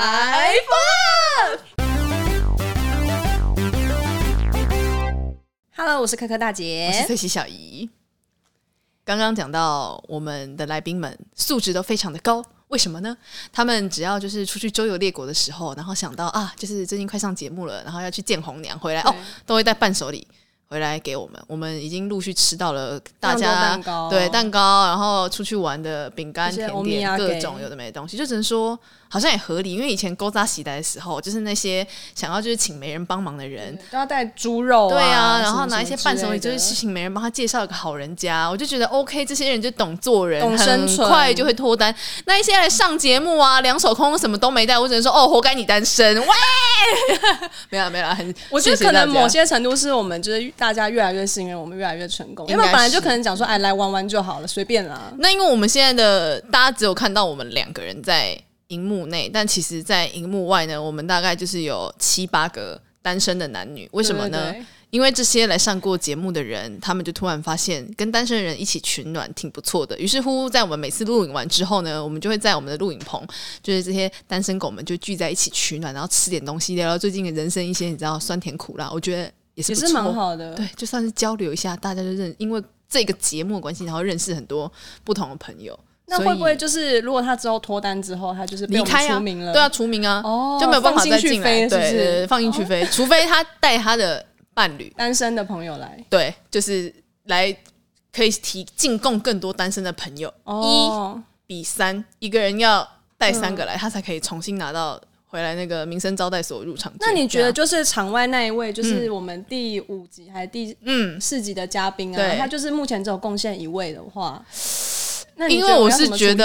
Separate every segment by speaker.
Speaker 1: Five Up。Hello，我是可可大
Speaker 2: 我是
Speaker 1: 姐。
Speaker 2: 翠西小姨。刚刚讲到我们的来宾们素质都非常的高，为什么呢？他们只要就是出去周游列国的时候，然后想到啊，就是最近快上节目了，然后要去见红娘，回来哦，都会带伴手礼回来给我们。我们已经陆续吃到了大
Speaker 1: 非常多
Speaker 2: 家
Speaker 1: 蛋糕
Speaker 2: 对蛋糕，然后出去玩的饼干、
Speaker 1: 一些
Speaker 2: 甜点
Speaker 1: omiyage
Speaker 2: 各种有的没的东西，就只能说好像也合理，因为以前勾扎喜来的时候，就是那些想要就是请媒人帮忙的人，
Speaker 1: 都要带猪肉、
Speaker 2: 对啊，
Speaker 1: 什么
Speaker 2: 然后拿一
Speaker 1: 什么
Speaker 2: 些
Speaker 1: 之
Speaker 2: 伴手礼，
Speaker 1: 类
Speaker 2: 就
Speaker 1: 的
Speaker 2: 是请没人帮他介绍一个好人家，我就觉得 OK，这些人就懂做人，
Speaker 1: 懂生存
Speaker 2: 很快就会脱单。那一些来上节目啊，两手空空什么都没带，我只能说哦，活该你单身。 喂，没有没有，很
Speaker 1: 我觉
Speaker 2: 谢
Speaker 1: 得
Speaker 2: 谢
Speaker 1: 可
Speaker 2: 大
Speaker 1: 能
Speaker 2: 家
Speaker 1: 某些程度是我们就是大家越来越信任，我们越来越成功。
Speaker 2: 应
Speaker 1: 要
Speaker 2: 该
Speaker 1: 不然本来就是可能讲说，哎，来玩玩就好了，随便啦。
Speaker 2: 那因为我们现在的大家只有看到我们两个人在荧幕内，但其实，在荧幕外呢，我们大概就是有七八个单身的男女。为什么呢？
Speaker 1: 对对对
Speaker 2: 因为这些来上过节目的人，他们就突然发现跟单身人一起取暖挺不错的。于是乎，在我们每次录影完之后呢，我们就会在我们的录影棚，就是这些单身狗们就聚在一起取暖，然后吃点东西，聊聊最近的人生一些你知道酸甜苦辣，我觉得也是
Speaker 1: 也
Speaker 2: 不
Speaker 1: 是
Speaker 2: 错
Speaker 1: 蛮好的。
Speaker 2: 对，就算是交流一下，大家就认，因为这个节目的关系，然后认识很多不同的朋友。
Speaker 1: 那
Speaker 2: 所以
Speaker 1: 会不会就是如果他之后脱单之后，他就是被
Speaker 2: 离
Speaker 1: 我们
Speaker 2: 开
Speaker 1: 出
Speaker 2: 啊？
Speaker 1: 名了？
Speaker 2: 对啊，，除名啊，
Speaker 1: 哦
Speaker 2: 就没有办法再进
Speaker 1: 放
Speaker 2: 来。
Speaker 1: 进去飞
Speaker 2: 对
Speaker 1: 是不
Speaker 2: 对
Speaker 1: 是
Speaker 2: 对，放进去飞，除非他带他的伴侣，
Speaker 1: 单身的朋友来。
Speaker 2: 对，就是来可以提进贡更多单身的朋友，
Speaker 1: 哦，嗯
Speaker 2: 比三一个人要带三个来，他才可以重新拿到回来那个民生招待所入场券。
Speaker 1: 那你觉
Speaker 2: 对
Speaker 1: 得
Speaker 2: 啊
Speaker 1: 就是场外那一位，就是我们第五集还是第
Speaker 2: 嗯，
Speaker 1: 四集的嘉宾啊，
Speaker 2: 对
Speaker 1: 他就是目前只有贡献一位的话，那你
Speaker 2: 啊因
Speaker 1: 觉
Speaker 2: 为
Speaker 1: 得
Speaker 2: 我
Speaker 1: 要
Speaker 2: 是
Speaker 1: 怎么处
Speaker 2: 觉
Speaker 1: 理他呢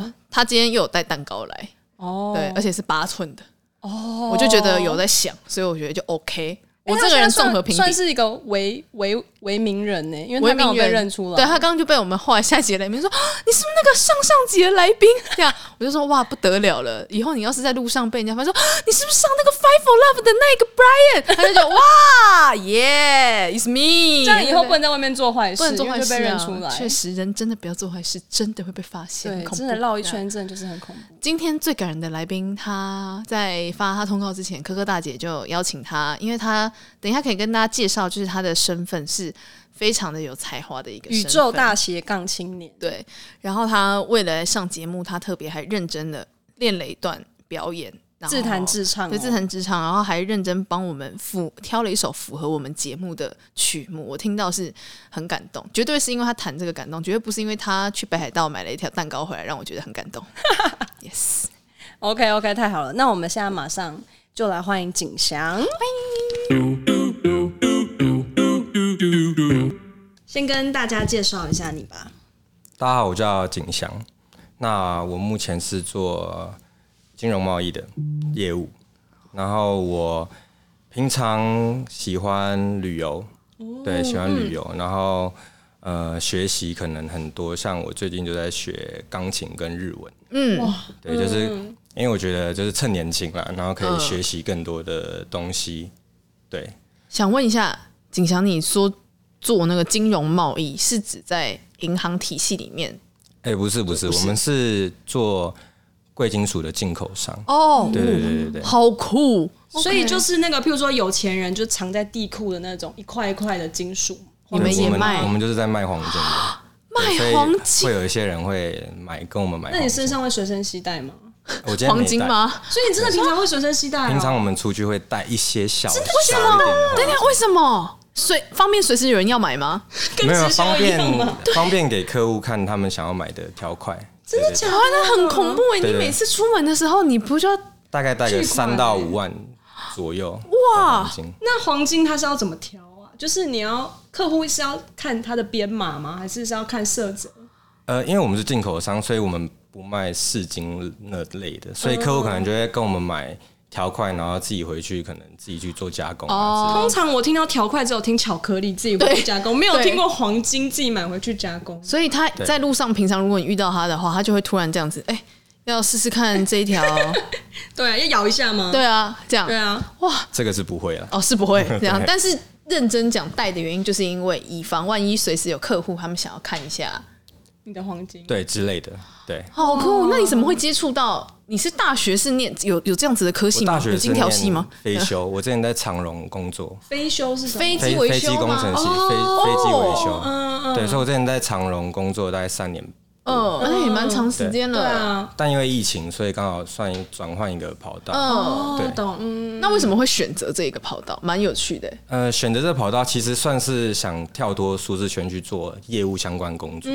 Speaker 2: 得他今天又有带蛋糕来，
Speaker 1: 哦，
Speaker 2: 对，而且是八寸的。
Speaker 1: 哦
Speaker 2: 我就觉得有在想，所以我觉得就 OK。
Speaker 1: 欸
Speaker 2: 我
Speaker 1: 他
Speaker 2: 这个
Speaker 1: 现在
Speaker 2: 人
Speaker 1: 算
Speaker 2: 综合评
Speaker 1: 算
Speaker 2: 比，
Speaker 1: 是一个为为为名人呢、因为
Speaker 2: 我
Speaker 1: 他
Speaker 2: 也
Speaker 1: 刚好
Speaker 2: 名
Speaker 1: 被
Speaker 2: 人
Speaker 1: 认出来。
Speaker 2: 对他刚刚就被我们后来下一集的来宾说、啊你是不是那个上上集的来 宾？”这样我就说：“哇，不得了了！以后你要是在路上被人家发现说、啊你是不是上那个 Five for Love 的那个 Brian？” 他就觉得：“哇，Yeah，it's me。”
Speaker 1: 这样以后不能在外面做坏事，
Speaker 2: 不能做
Speaker 1: 因
Speaker 2: 坏事、
Speaker 1: 为
Speaker 2: 啊，
Speaker 1: 会被认出来。
Speaker 2: 确实，人真的不要做坏事，真的会被发现，
Speaker 1: 对
Speaker 2: 很，恐
Speaker 1: 真的
Speaker 2: 怖
Speaker 1: 绕一。圈，真的就是很恐怖。
Speaker 2: 今天最感人的来宾，他在发他通告之前，可可大姐就邀请他，因为他等一下可以跟大家介绍，就是他的身份是非常的有才华的一个
Speaker 1: 宇
Speaker 2: 身
Speaker 1: 宙
Speaker 2: 份
Speaker 1: 大斜杠青年，
Speaker 2: 对。然后他为了上节目，他特别还认真的练了一段表演，然后
Speaker 1: 自弹自唱、哦，
Speaker 2: 对自弹自唱，然后还认真帮我们符挑了一首符合我们节目的曲目，我听到是很感动，绝对是因为他弹这个感动，绝对不是因为他去北海道买了一条蛋糕回来让我觉得很感动。yes，
Speaker 1: OK OK，太好了，那我们现在马上就来欢迎景祥。先跟大家介绍一下你吧。
Speaker 3: 大家好，我叫景祥。那我目前是做呃金融贸易的业务，然后我平常喜欢旅游，
Speaker 2: 哦
Speaker 3: 对，喜欢旅
Speaker 2: 嗯
Speaker 3: 游，然后呃，学习可能很多，像我最近就在学钢琴跟日文，
Speaker 2: 嗯，
Speaker 3: 对，就是因为我觉得就是趁年轻啦，然后可以学习更多的东
Speaker 2: 嗯
Speaker 3: 西，对，
Speaker 2: 想问一下景祥，你说做那个金融贸易是指在银行体系里面
Speaker 3: 哎、不是不是，我们是做贵金属的进口商，
Speaker 2: 哦？
Speaker 3: 对对对对对。
Speaker 2: 好酷！
Speaker 1: 所以就是那个，譬如说有钱人就藏在地库的那种一块一块的金属，
Speaker 2: 你们
Speaker 3: 对
Speaker 2: 也
Speaker 3: 我
Speaker 2: 卖
Speaker 3: 我们就是在卖黄金的，对 所
Speaker 2: 卖
Speaker 3: 以
Speaker 2: 黄金
Speaker 3: 会，有一些人会买跟我们买。
Speaker 1: 那你身？上会随身携带吗？
Speaker 3: 我今天没
Speaker 2: 黄金
Speaker 3: 带？
Speaker 2: 吗？
Speaker 1: 哦所以你真的平常会随身携带、哦？
Speaker 3: 平常我们出去会带一些小小一
Speaker 2: 为什么？等
Speaker 3: 点
Speaker 2: 一下，啊为什么？随方便随时有人要买吗？
Speaker 3: 的，没有啊
Speaker 1: 直销
Speaker 3: 方
Speaker 1: 一样吗
Speaker 3: 便方便给客户看他们想要买的条块，
Speaker 1: 真的假的？
Speaker 2: 哇，那很恐怖哎！
Speaker 3: 对
Speaker 2: 你
Speaker 3: 啊对
Speaker 2: 每次出门的时候，你不就要
Speaker 3: 大概带个
Speaker 1: 巨款
Speaker 3: 三到
Speaker 1: 欸
Speaker 3: 五万左右。
Speaker 2: 哇
Speaker 3: 黄金
Speaker 1: 那黄金它是要怎么调啊？就是你要客户是要看它的编码吗？还是是要看色泽？
Speaker 3: 呃，因为我们是进口商，所以我们不卖市金那类的，所以客户可能就会跟我们买条块，然后自己回去可能自己去做加工
Speaker 2: 哦
Speaker 3: 啊之类
Speaker 1: 通
Speaker 3: 的。
Speaker 1: 常我听到条块只有听巧克力自己回去加工，没有
Speaker 2: 对
Speaker 1: 听过黄金自己买回去加工。
Speaker 2: 所以他在路上，平常如果你遇到他的话，他就会突然这样子，哎、要试试看这一 条，
Speaker 1: 对、啊，要咬一下吗？
Speaker 2: 对啊，这样
Speaker 1: 对，啊，
Speaker 3: 这个是不会了。
Speaker 2: 哦，是不会这样
Speaker 3: 对。
Speaker 2: 但是认真讲带的原因，就是因为以防万一，随时有客户他们想要看一下
Speaker 1: 你的黄金。
Speaker 3: 对之类的。对，
Speaker 2: 好
Speaker 3: 哦
Speaker 2: 酷！那你怎么会接触到？你是大学是念有有这样子的科系
Speaker 3: 我
Speaker 2: 吗
Speaker 3: 大？学
Speaker 2: 有
Speaker 3: 是
Speaker 2: 金条系
Speaker 3: 念
Speaker 2: 吗？
Speaker 3: 飞修， 我之前在长荣工作，
Speaker 1: 飞修是什么？
Speaker 2: 飞
Speaker 3: 飞
Speaker 2: 机维
Speaker 3: 飞机
Speaker 2: 修
Speaker 3: 工
Speaker 2: 吗
Speaker 3: 程？系，
Speaker 2: 哦
Speaker 3: 飞飞机维修。
Speaker 1: 嗯嗯，
Speaker 3: 对，所以我之前在长荣工作大概三年，
Speaker 2: 嗯，那也蛮长时间
Speaker 1: 对
Speaker 2: 了。
Speaker 1: 啊，
Speaker 3: 但因为疫情，所以刚好算转换一个跑道。
Speaker 2: 嗯，
Speaker 1: 哦
Speaker 3: 对，
Speaker 1: 懂，嗯，
Speaker 2: 那为什么会选择这一个跑道？蛮有趣的。
Speaker 3: 呃，选择这跑道其实算是想跳脱舒适圈去做业务相关工作，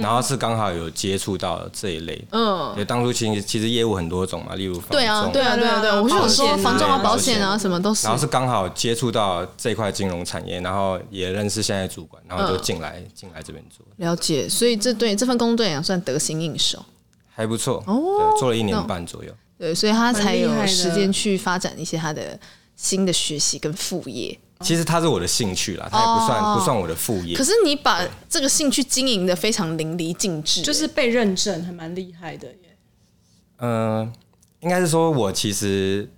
Speaker 3: 然后是刚好有接触到这一类。
Speaker 2: 嗯，
Speaker 3: 也当初其实其实业务很多种嘛，例如房
Speaker 2: 对啊，
Speaker 3: 仲
Speaker 2: 对啊，对啊，对啊。我就想说，
Speaker 1: 保
Speaker 2: 房
Speaker 1: 险
Speaker 2: 仲啊、
Speaker 1: 对
Speaker 2: 保险啊，什么都是
Speaker 3: 然。后是刚好接触到这块金融产业，然后也认识现在的主管，然后
Speaker 2: 嗯
Speaker 3: 就进来进、来这边做，
Speaker 2: 了解，所以这对这份工作对你来讲算得心应手。
Speaker 3: 还不错
Speaker 2: 哦
Speaker 3: 对，做了一年半左右。
Speaker 2: 对，所以他才
Speaker 1: 蛮厉害
Speaker 2: 有
Speaker 1: 的
Speaker 2: 时间去发展一些他的新的学习跟副业。
Speaker 3: 其实它是我的兴趣啦，它也不算、
Speaker 2: 哦
Speaker 3: 不算我的副业
Speaker 2: 可。是你把这个兴趣经营的非常淋漓尽致，
Speaker 1: 就是被认证，还蛮厉害的耶。
Speaker 3: 嗯、应该是说我其实，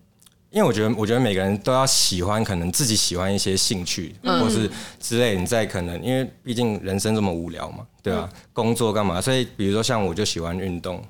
Speaker 3: 因为我觉得，我觉得每个人都要喜欢，可能自己喜欢一些兴趣，或是之类。你在可能，因为毕竟人生这么无聊嘛，对吧、工作干嘛？所以比如说像我就喜欢运动，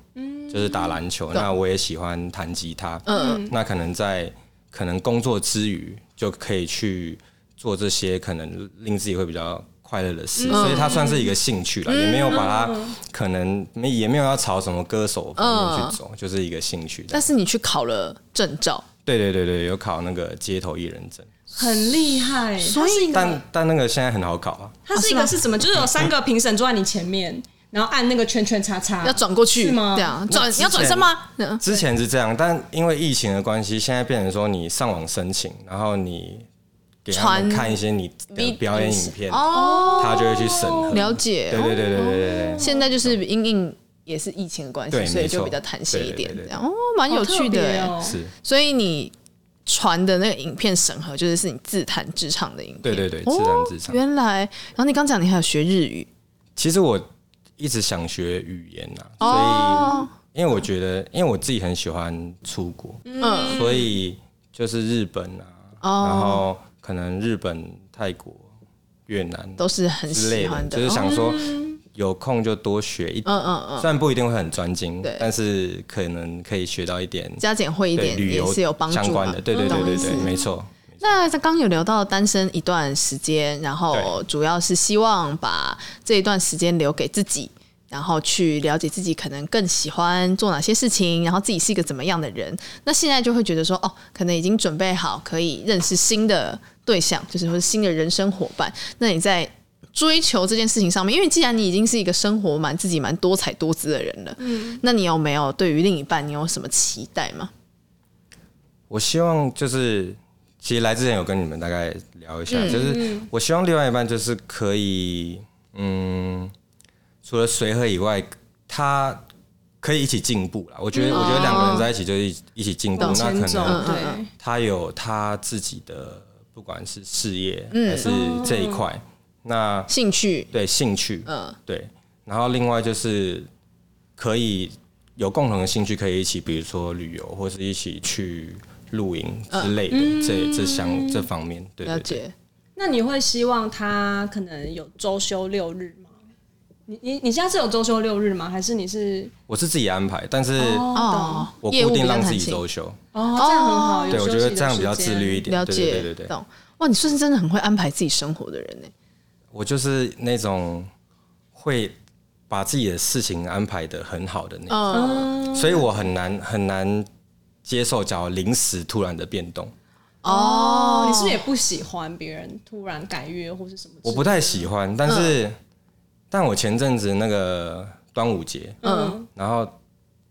Speaker 3: 就是打篮球。那我也喜欢弹吉他，嗯，那可能在可能工作之余就可以去做这些可能令自己会比较快乐的事，所以它算是一个兴趣了，也没有把它可能没也没有要朝什么歌手方面去走，就是一个兴趣这样。
Speaker 2: 但是你去考了证照，
Speaker 3: 对对对对，有考那个街头艺人证，
Speaker 1: 很厉害，所以
Speaker 3: 但但那个现在很好考啊，
Speaker 1: 它是一个是怎么？就是有三个评审坐在你前面，然后按那个圈圈叉叉，
Speaker 2: 要转过去
Speaker 1: 是吗
Speaker 2: 对啊，
Speaker 3: 那
Speaker 2: 转
Speaker 3: 之
Speaker 2: 你要转身吗？嗯
Speaker 3: 之前是这样，但因为疫情的关系，现在变成说你上网申请，然后你给他
Speaker 2: 传
Speaker 3: 们看一些你的表演影片，
Speaker 2: 哦，
Speaker 3: 他就会去审核。
Speaker 2: 了解。
Speaker 3: 嗯
Speaker 2: 哦
Speaker 3: 对对对对对对对
Speaker 2: 现在就是因应也是疫情的关系，
Speaker 3: 对
Speaker 2: 所以
Speaker 3: 没错
Speaker 2: 就比较弹性一点，
Speaker 3: 对对
Speaker 2: 这
Speaker 3: 对对
Speaker 2: 样哦，蛮有趣的欸。
Speaker 1: 好特别哦
Speaker 3: 是，
Speaker 2: 所以你传的那个影片审核，就是是你自弹自唱的影片。
Speaker 3: 对对对，
Speaker 2: 哦
Speaker 3: 自然自唱。
Speaker 2: 原来，然后你刚讲你还有学日语
Speaker 3: 其实我一直想学语言呐、
Speaker 2: 哦，
Speaker 3: 所以因为我觉得，因为我自己很喜欢出国，
Speaker 2: 嗯
Speaker 3: 所以就是日本啊，然
Speaker 2: 哦，
Speaker 3: 后可能日本、泰国、越南
Speaker 2: 都是很
Speaker 3: 之类
Speaker 2: 喜
Speaker 3: 的，
Speaker 2: 欢的，
Speaker 3: 就是
Speaker 2: 哦
Speaker 3: 想说有空就多学一点。
Speaker 2: 嗯嗯嗯，
Speaker 3: 虽然不一定会很专精
Speaker 2: 对，
Speaker 3: 但是可能可以学到一点
Speaker 2: 加减会一
Speaker 3: 对
Speaker 2: 点
Speaker 3: 旅
Speaker 2: 也
Speaker 3: 游
Speaker 2: 是有帮
Speaker 3: 相
Speaker 2: 助
Speaker 3: 关
Speaker 2: 嘛嗯
Speaker 3: 的，。对对对对对，没错。
Speaker 2: 那刚刚有聊到单身一段时间，然后主要是希望把这一段时间留给自己，然后去了解自己可能更喜欢做哪些事情，然后自己是一个怎么样的人。那现在就会觉得说，哦，可能已经准备好可以认识新的对象，就是说新的人生伙伴。那你在追求这件事情上面，因为既然你已经是一个生活蛮自己蛮多彩多姿的人了，嗯，那你有没有对于另一半你有什么期待吗？
Speaker 3: 我希望就是，其实来之前有跟你们大概聊一下，就是我希望另外一半就是可以，嗯，除了随和以外，他可以一起进步啦。我觉得，我觉得两个人在一起就是一一起进步，
Speaker 1: 往
Speaker 3: 那
Speaker 1: 哦前
Speaker 3: 可
Speaker 1: 走，
Speaker 3: 能
Speaker 1: 对，
Speaker 3: 他有他自己的，不管是事业还是这一块，那
Speaker 2: 兴趣，
Speaker 3: 对兴趣，
Speaker 2: 嗯。
Speaker 3: 对，然后另外就是可以有共同的兴趣，可以一起，比如说旅游，或是一起去露营之类的，这这相这方面，对
Speaker 2: 嗯了
Speaker 3: 对
Speaker 2: 解
Speaker 3: 对。，
Speaker 1: 那你会希望他可能有周休六日吗？你你你现在是有周休六日吗？还是你是
Speaker 3: 我是自己安排，但是
Speaker 1: 哦
Speaker 3: 我
Speaker 2: 业
Speaker 3: 固
Speaker 2: 务比
Speaker 3: 定
Speaker 2: 较
Speaker 3: 让
Speaker 2: 弹
Speaker 3: 自己
Speaker 2: 性
Speaker 3: 周休，
Speaker 1: 哦，这样很好，有
Speaker 3: 对我
Speaker 1: 休
Speaker 3: 觉
Speaker 1: 息
Speaker 3: 得
Speaker 1: 的
Speaker 3: 这样比较
Speaker 1: 时
Speaker 3: 自
Speaker 1: 间
Speaker 3: 律一点。
Speaker 2: 了
Speaker 3: 对
Speaker 2: 解，
Speaker 3: 对对对对，
Speaker 2: 懂。哇，你算是真的很会安排自己生活的人呢。
Speaker 3: 我就是那种会把自己的事情安排的很好的那种，
Speaker 2: 嗯，
Speaker 3: 所以我很难很难接受，假如临时突然的变动。
Speaker 1: 哦
Speaker 2: 哦，
Speaker 1: 你是不是也不喜欢别人突然改约或是什么之类的？
Speaker 3: 我不太喜欢，但是、
Speaker 2: 嗯
Speaker 3: 但我前阵子那个端午节，
Speaker 1: 嗯，
Speaker 3: 然后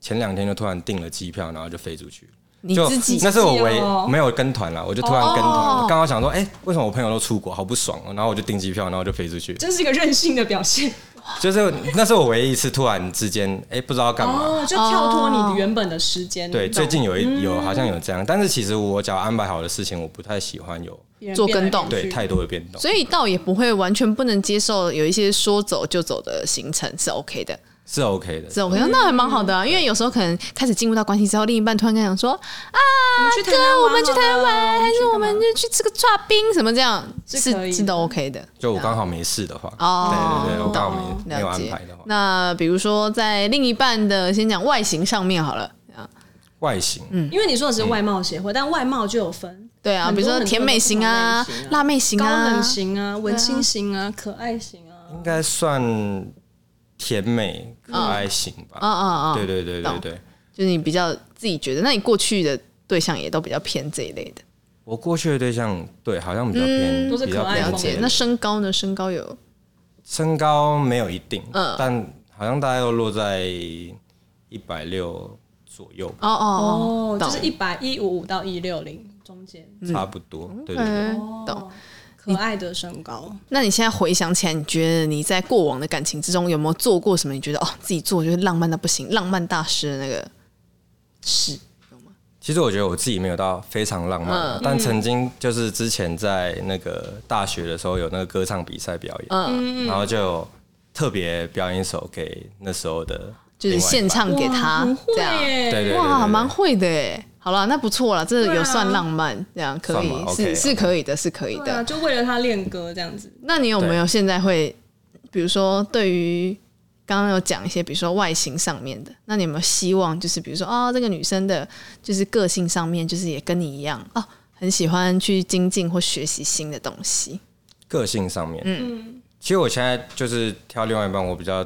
Speaker 3: 前两天就突然订了机票，然后就飞出去。
Speaker 2: 你
Speaker 3: 就
Speaker 2: 自己
Speaker 3: 那是我唯
Speaker 1: 哦
Speaker 3: 没有跟团了，我就突然跟
Speaker 2: 哦
Speaker 3: 团，刚好想说，哎、为什么我朋友都出国，好不爽、哦，然后我就订机票，然后就飞出
Speaker 2: 嗯
Speaker 3: 去。
Speaker 1: 真是一个任性的表现
Speaker 3: 就是那是我唯一一次突然之间，哎、不知道干嘛。
Speaker 1: 哦，就跳脱你原本的时间。
Speaker 3: 哦对，
Speaker 1: 懂
Speaker 3: 最近有一
Speaker 2: 嗯
Speaker 3: 有好像有这样，但是其实我只要安排好的事情，我不太喜欢有
Speaker 1: 别人
Speaker 2: 做
Speaker 1: 变来
Speaker 2: 跟动
Speaker 1: 变去
Speaker 3: 对太多的变动。
Speaker 2: 所以倒也不会完全不能接受有一些说走就走的行程是 OK 的。
Speaker 3: 是 OK 的。
Speaker 2: 是 OK，那还
Speaker 1: 嗯
Speaker 2: 蛮好的啊、因为有时候可能开始进入到关系之后，另一半突然跟你讲说，
Speaker 1: 我们去台湾，
Speaker 2: 哥，我们去台湾，还是
Speaker 1: 去
Speaker 2: 我
Speaker 1: 干
Speaker 2: 们
Speaker 1: 嘛
Speaker 2: 就去吃个刨冰什么这样，
Speaker 1: 是可以
Speaker 2: 是
Speaker 1: 的
Speaker 2: 是都 OK 的
Speaker 3: 就我刚好没事的话，
Speaker 2: 哦
Speaker 3: 对对对，我刚好没没有
Speaker 2: 了
Speaker 3: 安
Speaker 2: 解
Speaker 3: 排的话，
Speaker 2: 那比如说在另一半的先讲外形上面好了，啊，
Speaker 3: 外形，
Speaker 2: 嗯
Speaker 1: 因为你说的是外貌协
Speaker 3: 嗯
Speaker 1: 会，但外貌就有分
Speaker 2: 对啊，
Speaker 1: 很
Speaker 2: 比
Speaker 1: 多
Speaker 2: 如说
Speaker 1: 很多
Speaker 2: 甜美型啊
Speaker 1: 不同类型、啊
Speaker 2: 辣妹型
Speaker 1: 高
Speaker 2: 啊
Speaker 1: 冷，型啊、文青型啊、可爱型啊。
Speaker 3: 应该算甜美可爱型吧。
Speaker 2: 啊啊啊，
Speaker 3: 对对对对
Speaker 2: 懂
Speaker 3: 对，
Speaker 2: 就是你比较自己觉得，那你过去的对象也都比较偏这一类的，
Speaker 3: 我过去的对象，对，好像比较
Speaker 2: 嗯
Speaker 3: 偏，
Speaker 1: 都是
Speaker 3: 比较
Speaker 1: 可爱
Speaker 3: 偏
Speaker 1: 风
Speaker 2: 了
Speaker 1: 的
Speaker 3: 这
Speaker 2: 解
Speaker 3: 类。
Speaker 2: 那身高呢？身高有
Speaker 3: 身高没有一定，
Speaker 2: 嗯
Speaker 3: 但好像大概都落在一百六左右，
Speaker 2: 哦哦
Speaker 1: 哦，
Speaker 2: 懂
Speaker 1: 就是一百一五五到一六零中间，哦
Speaker 3: 差不多。对对对，
Speaker 2: 嗯懂。
Speaker 1: 可爱的身高。
Speaker 2: 那你现在回想起来，你觉得你在过往的感情之中有没有做过什么？你觉得哦，自己做就是浪漫到不行，浪漫大师的那个事？
Speaker 3: 其实我觉得我自己没有到非常浪
Speaker 2: 嗯
Speaker 3: 漫，啊但曾经就是之前在那个大学的时候有那个歌唱比赛表演，
Speaker 2: 嗯
Speaker 3: 然后就有特别表演一首给那时候的
Speaker 2: 就
Speaker 3: 另
Speaker 2: 是
Speaker 3: 外一
Speaker 2: 现
Speaker 3: 半
Speaker 2: 唱给他
Speaker 1: 很会
Speaker 2: 这样。
Speaker 1: 耶，
Speaker 3: 对对对
Speaker 2: 哇，
Speaker 3: 对
Speaker 2: 蛮会的哎。好了，那不错了，这
Speaker 1: 对啊
Speaker 2: 有算浪漫，这样可以
Speaker 3: 算吗
Speaker 2: 是
Speaker 3: OK，
Speaker 2: 是可以的，是可以
Speaker 1: 对啊，
Speaker 2: 的。
Speaker 1: 就为了他练歌这样子。
Speaker 2: 那你有没有现在会，比如说对于刚刚有讲一些，比如说外形上面的，那你有没有希望就是比如说哦，这个女生的就是个性上面就是也跟你一样哦，很喜欢去精进或学习新的东西？
Speaker 3: 个性上面，
Speaker 1: 嗯，
Speaker 3: 其实我现在就是挑另外一半，我比较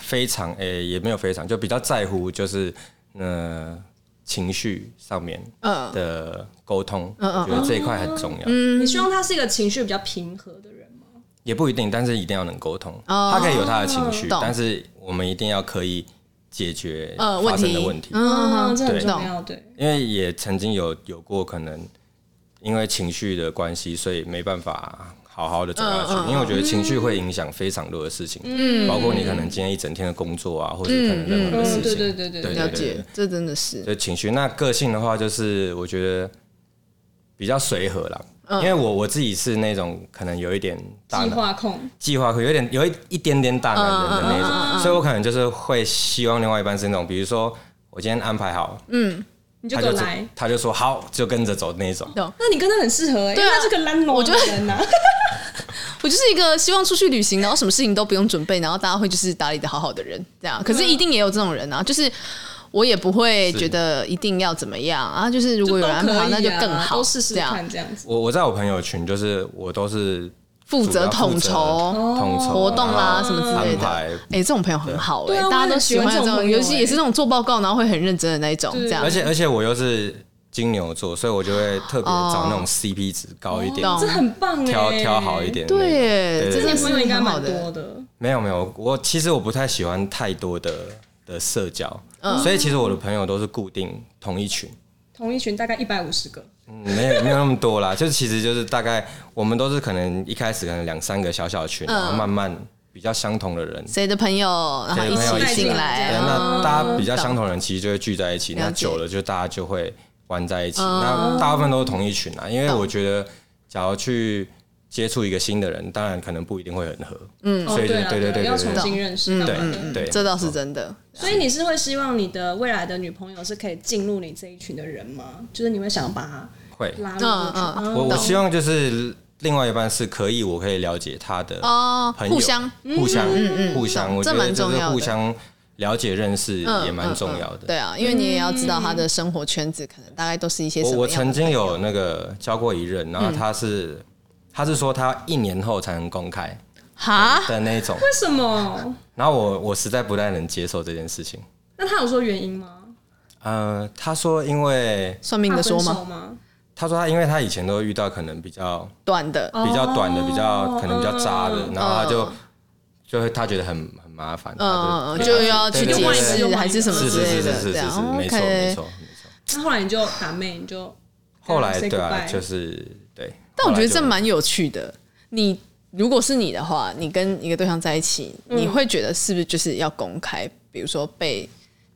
Speaker 3: 非常诶、也没有非常，就比较在乎就是呃情绪上面
Speaker 2: 嗯
Speaker 3: 的沟通，
Speaker 2: 嗯嗯
Speaker 3: 我觉得这一块很重要。
Speaker 1: 你希望他是一个情绪比较平和的人吗？
Speaker 3: 也不一定，但是一定要能沟通。
Speaker 2: 哦
Speaker 3: 他可以有他的情绪，
Speaker 2: 懂
Speaker 3: 但是我们一定要可以解决
Speaker 2: 呃
Speaker 3: 发生的
Speaker 2: 问
Speaker 3: 问
Speaker 2: 题
Speaker 3: 题，
Speaker 1: 嗯，这很
Speaker 3: 对
Speaker 1: 重要。对，
Speaker 3: 因为也曾经有有过可能因为情绪的关系，所以没办法好好的走下去。
Speaker 2: 嗯嗯嗯
Speaker 3: 因为我觉得情绪会影响非常多的事情，
Speaker 2: 嗯
Speaker 3: 包括你可能今天一整天的工作啊，或者可能任何的事
Speaker 1: 嗯，
Speaker 3: 情。
Speaker 1: 对对对对
Speaker 3: 对
Speaker 2: 了
Speaker 1: 对，
Speaker 2: 解，这真的是
Speaker 3: 就情绪。那个性的话，就是我觉得比较随和啦，
Speaker 2: 嗯
Speaker 3: 因为我我自己是那种可能有一点大
Speaker 1: 计
Speaker 3: 脑
Speaker 1: 划控，
Speaker 3: 计划，可有点有一一点点大男人的那种，
Speaker 2: 嗯嗯
Speaker 3: 所以我可能就是会希望另外一半是那种，比如说我今天安排好，
Speaker 2: 嗯
Speaker 1: 你就
Speaker 3: 他
Speaker 1: 给我
Speaker 3: 就
Speaker 1: 来。
Speaker 3: 他就说好，就跟着走那种。
Speaker 1: 那你跟他很适合欸，因
Speaker 2: 对啊
Speaker 1: 为他是个懒惰
Speaker 2: 我 觉得
Speaker 1: 的人呐。
Speaker 2: 我就是一个希望出去旅行，然后什么事情都不用准备，然后大家会就是打理的好好的人，这样。可是一定也有这种人啊，就是我也不会觉得一定要怎么样啊，就是如果有人安
Speaker 1: 都
Speaker 2: 排
Speaker 1: 可以啊
Speaker 2: 好，那就更好，
Speaker 1: 都试试
Speaker 2: 这样
Speaker 1: 看这样子。
Speaker 3: 我我在我朋友群就是我都是
Speaker 2: 负责统
Speaker 3: 主要
Speaker 2: 筹哦
Speaker 3: 负责统筹
Speaker 2: 活动啦什么之类
Speaker 3: 安
Speaker 2: 的。
Speaker 3: 排，
Speaker 2: 哎、这种朋友很好哎、
Speaker 1: 对啊
Speaker 2: 大家都喜欢
Speaker 1: 我也很喜欢这种
Speaker 2: 这种，
Speaker 1: 朋友
Speaker 2: 尤其
Speaker 1: 欸
Speaker 2: 也是那种做报告然后会很认真的那一种，这样
Speaker 3: 而。且而且我又是金牛座，所以我就会特别找那种 CP 值高一点，
Speaker 2: 哦懂
Speaker 1: 这很棒哎，
Speaker 3: 挑挑好一。点的那种。
Speaker 2: 对耶，
Speaker 3: 对对
Speaker 1: 这
Speaker 2: 这
Speaker 3: 对
Speaker 2: 真
Speaker 1: 你
Speaker 2: 的
Speaker 1: 朋友应
Speaker 2: 是
Speaker 1: 该
Speaker 2: 很好
Speaker 1: 蛮
Speaker 2: 的。
Speaker 1: 多的，
Speaker 3: 没有没有，我其实我不太喜欢太多的的社交，
Speaker 2: 嗯
Speaker 3: 所以其实我的朋友都是固定同一群。
Speaker 1: 同一群大概一百五十个。
Speaker 3: 嗯没有没有那么多啦，就其实就是大概我们都是可能一开始可能两三个小小
Speaker 2: 嗯
Speaker 3: 群，然后慢慢比较相同的人，
Speaker 2: 谁的朋友，然后
Speaker 3: 谁的朋友
Speaker 2: 啊一起
Speaker 3: 一起
Speaker 2: 进
Speaker 1: 来
Speaker 2: 来，
Speaker 3: 对
Speaker 1: 嗯
Speaker 3: 那大家比较
Speaker 2: 懂
Speaker 3: 相同的人其实就会聚在一起，那
Speaker 2: 了解哦
Speaker 3: 久了就大家就会玩在一起，那大部分都是同一群啊，因为我觉得假如去接触一个新的人，当然可能不一定会很合，嗯，所以就
Speaker 1: 对啊
Speaker 3: 对对
Speaker 1: 啊
Speaker 3: 对
Speaker 1: 要重
Speaker 3: 对
Speaker 1: 新认识。干嘛的
Speaker 3: 对对，
Speaker 2: 嗯这倒是真的。
Speaker 1: 所以你是会希望你的未来的女朋友是可以进入你这一群的人吗？就是你会想把她
Speaker 3: 会。
Speaker 1: 拉入
Speaker 2: 嗯嗯
Speaker 1: 这
Speaker 2: 嗯
Speaker 1: 群？
Speaker 3: 我我
Speaker 2: 懂
Speaker 3: 希望就是另外一半是可以，我可以了解他的
Speaker 2: 哦嗯
Speaker 3: 朋，友
Speaker 2: 互相
Speaker 3: 互相、互相，
Speaker 2: 懂
Speaker 3: 我觉
Speaker 2: 这
Speaker 3: 得
Speaker 2: 蛮重
Speaker 3: 就是
Speaker 2: 要的
Speaker 3: 互相了解认识
Speaker 2: 嗯
Speaker 3: 也蛮重要
Speaker 2: 嗯嗯
Speaker 3: 的。
Speaker 2: 对啊，因为你也要知道他
Speaker 1: 嗯
Speaker 2: 的生活圈子可能大概都是一些什
Speaker 3: 我
Speaker 2: 么
Speaker 3: 我
Speaker 2: 样
Speaker 3: 曾
Speaker 2: 的嗯
Speaker 3: 经有那个交过一任，然后他是、他是说他一年后才能公开
Speaker 2: 哈，
Speaker 3: 的那一种，
Speaker 1: 为什么？
Speaker 3: 然后我我实在不太能接受这件事情。
Speaker 1: 那他有说原因吗？
Speaker 3: 呃，他说因为
Speaker 2: 算命的说
Speaker 1: 怕分
Speaker 2: 吗？
Speaker 1: 手吗？
Speaker 3: 他说他因为他以前都遇到可能比较
Speaker 2: 短
Speaker 1: 哦
Speaker 2: 的，
Speaker 3: 比较短的，比较可能比较渣的，然后他就
Speaker 2: 哦嗯。
Speaker 3: 就会他觉得很很麻烦，
Speaker 2: 嗯
Speaker 3: 他
Speaker 2: 嗯，就
Speaker 3: 对
Speaker 2: 要
Speaker 3: 对
Speaker 2: 去
Speaker 3: 对
Speaker 2: 解
Speaker 3: 对
Speaker 1: 解
Speaker 2: 释
Speaker 1: 释
Speaker 2: 还是什么
Speaker 3: 是
Speaker 2: 之
Speaker 3: 是
Speaker 2: 类
Speaker 3: 是是
Speaker 2: 的，这
Speaker 3: 是是是，
Speaker 2: 样
Speaker 3: 没错没
Speaker 2: OK
Speaker 3: 错。没错。
Speaker 1: 那后来你就打妹，你就
Speaker 3: 后来
Speaker 1: say
Speaker 3: 对啊，
Speaker 1: goodbye
Speaker 3: 就是对。
Speaker 2: 但我觉得
Speaker 3: 后来就
Speaker 2: 这蛮有趣的。你如果是你的话，你跟一个对象在一起，
Speaker 1: 嗯
Speaker 2: 你会觉得是不是就是要公开？比如说被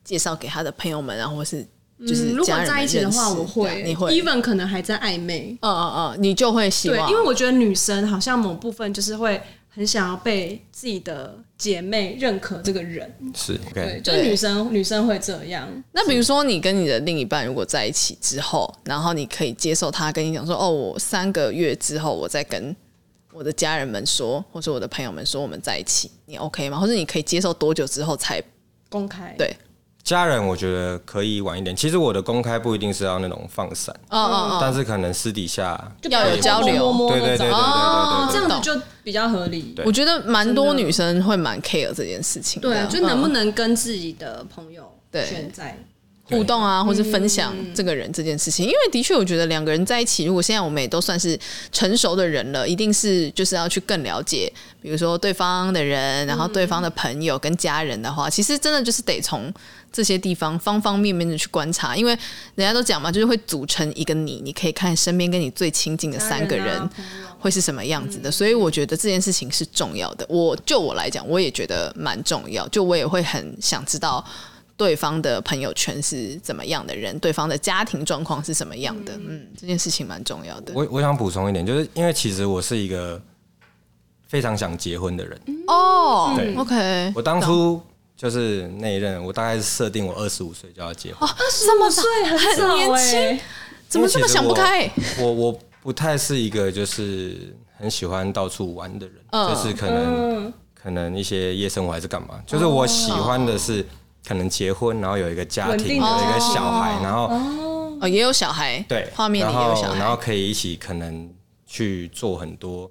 Speaker 2: 介绍给他的朋友们啊，或是就是
Speaker 1: 嗯如
Speaker 2: 家
Speaker 1: 果
Speaker 2: 人
Speaker 1: 在
Speaker 2: 们
Speaker 1: 一起的
Speaker 2: 认
Speaker 1: 话，
Speaker 2: 识
Speaker 1: 我
Speaker 2: 这
Speaker 1: 会
Speaker 2: 样你会
Speaker 1: ，even 可能还在暧昧。
Speaker 2: 嗯嗯嗯，你就会希
Speaker 1: 对
Speaker 2: 望，
Speaker 1: 因为我觉得女生好像某部分就是会很想要被自己的姐妹认可这个人。
Speaker 3: 是
Speaker 1: 对，
Speaker 3: OK，
Speaker 1: 就是女生女生会这样。
Speaker 2: 那比如说，你跟你的另一半如果在一起之后，然后你可以接受他跟你讲说：“哦，我三个月之后，我再跟我的家人们说，或者我的朋友们说我们在一起，你 OK 吗？”或者你可以接受多久之后才
Speaker 1: 公开
Speaker 2: 对
Speaker 3: 家人我觉得可以晚一点。其实我的公开不一定是要那种放闪，
Speaker 2: 哦
Speaker 1: 嗯
Speaker 2: 哦
Speaker 3: 但
Speaker 2: 哦，
Speaker 3: 是可能私底下
Speaker 1: 就
Speaker 2: 要有交
Speaker 1: 摸
Speaker 2: 流
Speaker 1: 摸摸
Speaker 3: 对
Speaker 1: 摸那
Speaker 3: 对对对对
Speaker 1: 种
Speaker 2: 哦
Speaker 1: 哦，
Speaker 3: 对
Speaker 1: 这
Speaker 3: 对
Speaker 1: 样子就比较合理。
Speaker 3: 对
Speaker 2: 我觉得蛮多
Speaker 1: 真的
Speaker 2: 女生会蛮 care 这件事情的，
Speaker 1: 对，啊就能不
Speaker 2: 嗯
Speaker 1: 能跟自己的朋友
Speaker 2: 对
Speaker 1: 选在
Speaker 2: 互动啊，或是分享
Speaker 1: 嗯
Speaker 2: 这个人这件事情。因为的确，我觉得两个人在一起，如果现在我们也都算是成熟的人了，一定是就是要去更了解，比如说对方的人，然后对方
Speaker 1: 嗯
Speaker 2: 的朋友跟家人的话，其实真的就是得从这些地方方方面面的去观察，因为人家都讲嘛，就是会组成一个你，你可以看身边跟你最亲近的三个
Speaker 1: 家
Speaker 2: 人
Speaker 1: 人啊朋友
Speaker 2: 会是什么样子
Speaker 3: 嗯
Speaker 2: 的，所以我觉得这件事情是重要的。我就我来讲，我也觉得蛮重要，就我也会很想知道对方的朋友圈是怎么样的人，对方的家庭状况是什么样的。嗯，这件事情蛮重要的。
Speaker 3: 我我想补充一点，就是因为其实我是一个非常想结婚的人。
Speaker 2: 哦
Speaker 3: 对
Speaker 2: ，OK，
Speaker 3: 我当初就是那一任，我大概是设定我二十五岁就要结婚，
Speaker 1: 这么岁很早
Speaker 2: 年
Speaker 1: 欸
Speaker 2: 哦怎么这么想不开？
Speaker 3: 我我不太是一个就是很喜欢到处玩的人，
Speaker 2: 嗯
Speaker 3: 就是可能、
Speaker 1: 嗯，
Speaker 3: 可能一些夜生活还是干嘛，就是我喜欢的
Speaker 2: 哦
Speaker 3: 是可能结婚，然后有一个家
Speaker 1: 稳
Speaker 3: 庭，
Speaker 1: 定
Speaker 3: 有
Speaker 1: 的
Speaker 3: 一个小孩，然后、
Speaker 2: 哦，也有小孩，
Speaker 3: 对
Speaker 2: 画面里
Speaker 3: 然
Speaker 2: 也有
Speaker 3: 后
Speaker 2: 小
Speaker 3: 然后
Speaker 2: 孩，
Speaker 3: 可以一起可能去做很多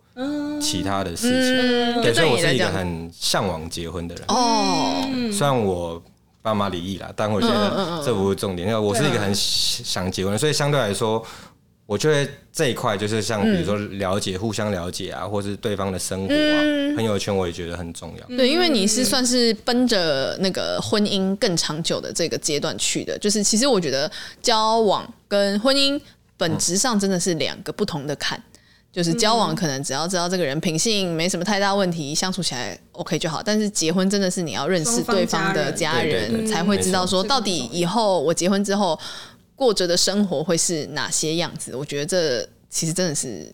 Speaker 3: 其他的事情。
Speaker 2: 嗯，
Speaker 3: 对，
Speaker 2: 就
Speaker 3: 所以
Speaker 2: 对
Speaker 3: 我
Speaker 2: 你来
Speaker 3: 是一个
Speaker 2: 讲，
Speaker 3: 很向往结婚的人。
Speaker 2: 哦，
Speaker 3: 虽然我爸妈离异了，但
Speaker 2: 嗯
Speaker 3: 我觉得这不是重点。因为我是
Speaker 2: 啊
Speaker 3: 一个很想结婚的，所以相对来说，我觉得这一块就是像
Speaker 2: 嗯
Speaker 3: 比如说了解、互相了解啊，或是对方的生活啊、
Speaker 2: 嗯
Speaker 3: 朋友圈，我也觉得很重要。
Speaker 2: 对，因为你
Speaker 1: 嗯
Speaker 2: 是算是奔着那个婚姻更长久的这个阶段去的，就是其实我觉得交往跟婚姻本
Speaker 3: 嗯
Speaker 2: 质上真的是两个不同的坎。就是交
Speaker 1: 嗯
Speaker 2: 往可能只要知道这个人品性没什么太大问题，相处起来 OK 就好。但是结婚真的是你要认识
Speaker 1: 双方
Speaker 2: 对方的
Speaker 1: 家
Speaker 2: 家
Speaker 3: 人对对
Speaker 2: 人，
Speaker 3: 对
Speaker 2: 才会知道说
Speaker 1: 没错
Speaker 2: 到底以后我结婚之后过着的生活会是哪些样子。我觉得这其实真的是，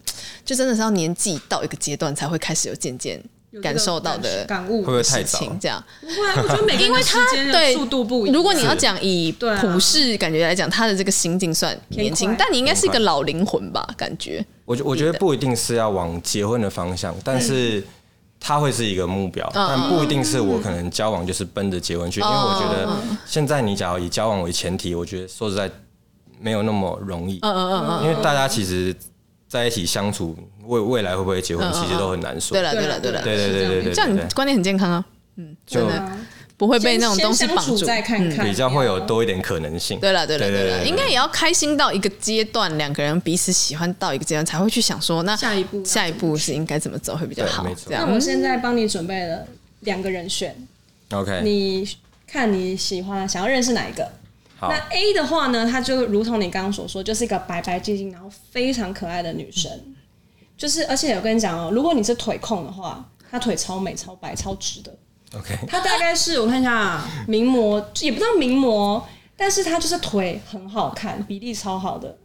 Speaker 2: 就真的是要年纪到一个阶段才会开始有渐渐
Speaker 1: 有这个
Speaker 2: 感受到的
Speaker 1: 感悟
Speaker 3: 会不会
Speaker 2: 事
Speaker 3: 太早？
Speaker 2: 情，这样。
Speaker 1: 不会，啊我觉得每个人的时间的
Speaker 2: 对
Speaker 1: 速度不一样。
Speaker 2: 如果你要讲以
Speaker 1: 对啊
Speaker 2: 普世感觉来讲，他的这个心境算年轻
Speaker 1: 偏快，
Speaker 2: 但你应该是一个老灵魂吧？感觉
Speaker 3: 我觉我觉得不一定是要往结婚的方向，
Speaker 2: 嗯
Speaker 3: 但是它会是一个目标，但不一定是
Speaker 2: 嗯
Speaker 3: 我可能交往就是奔着结婚去，因为我
Speaker 2: 哦
Speaker 3: 觉得现在你假如以交往为前提，我觉得说实在没有那么容
Speaker 2: 嗯
Speaker 1: 嗯
Speaker 3: 易，因为大家其实在一起相处，未未来会不会结婚，其实都很难说
Speaker 2: 对。了，对了，对了，
Speaker 3: 对对对对对，
Speaker 2: 这样你
Speaker 3: 对
Speaker 2: 观念很健康啊，嗯，真
Speaker 3: 就嗯
Speaker 2: 的不会被那种东西绑住。嗯
Speaker 1: 再看看，
Speaker 3: 比较会有多一点可能性。
Speaker 2: 对了，对了，
Speaker 3: 对
Speaker 2: 对了，
Speaker 3: 对
Speaker 2: 应该也要开心到一个阶段，两个人彼此喜欢到一个阶段，才会去想说，那
Speaker 1: 下一步要
Speaker 2: 下一步是应该怎么走会比较
Speaker 3: 对
Speaker 2: 好
Speaker 3: 没？错
Speaker 2: 这
Speaker 1: 那
Speaker 2: 样
Speaker 1: 我现在帮你准备了两个人选，
Speaker 3: OK，
Speaker 1: 你看你喜欢想要认识哪一个？
Speaker 3: 好
Speaker 1: 那 A 的话呢，她就如同你刚刚所说，就是一个白白净净，然后非常可爱的女生。就是，而且我跟你讲哦，如果你是腿控的话，她腿超美、超白、超直的。
Speaker 3: OK，
Speaker 1: 她大概是我看一下啊，名模也不知道名模，但是她就是腿很好看，比例超好的。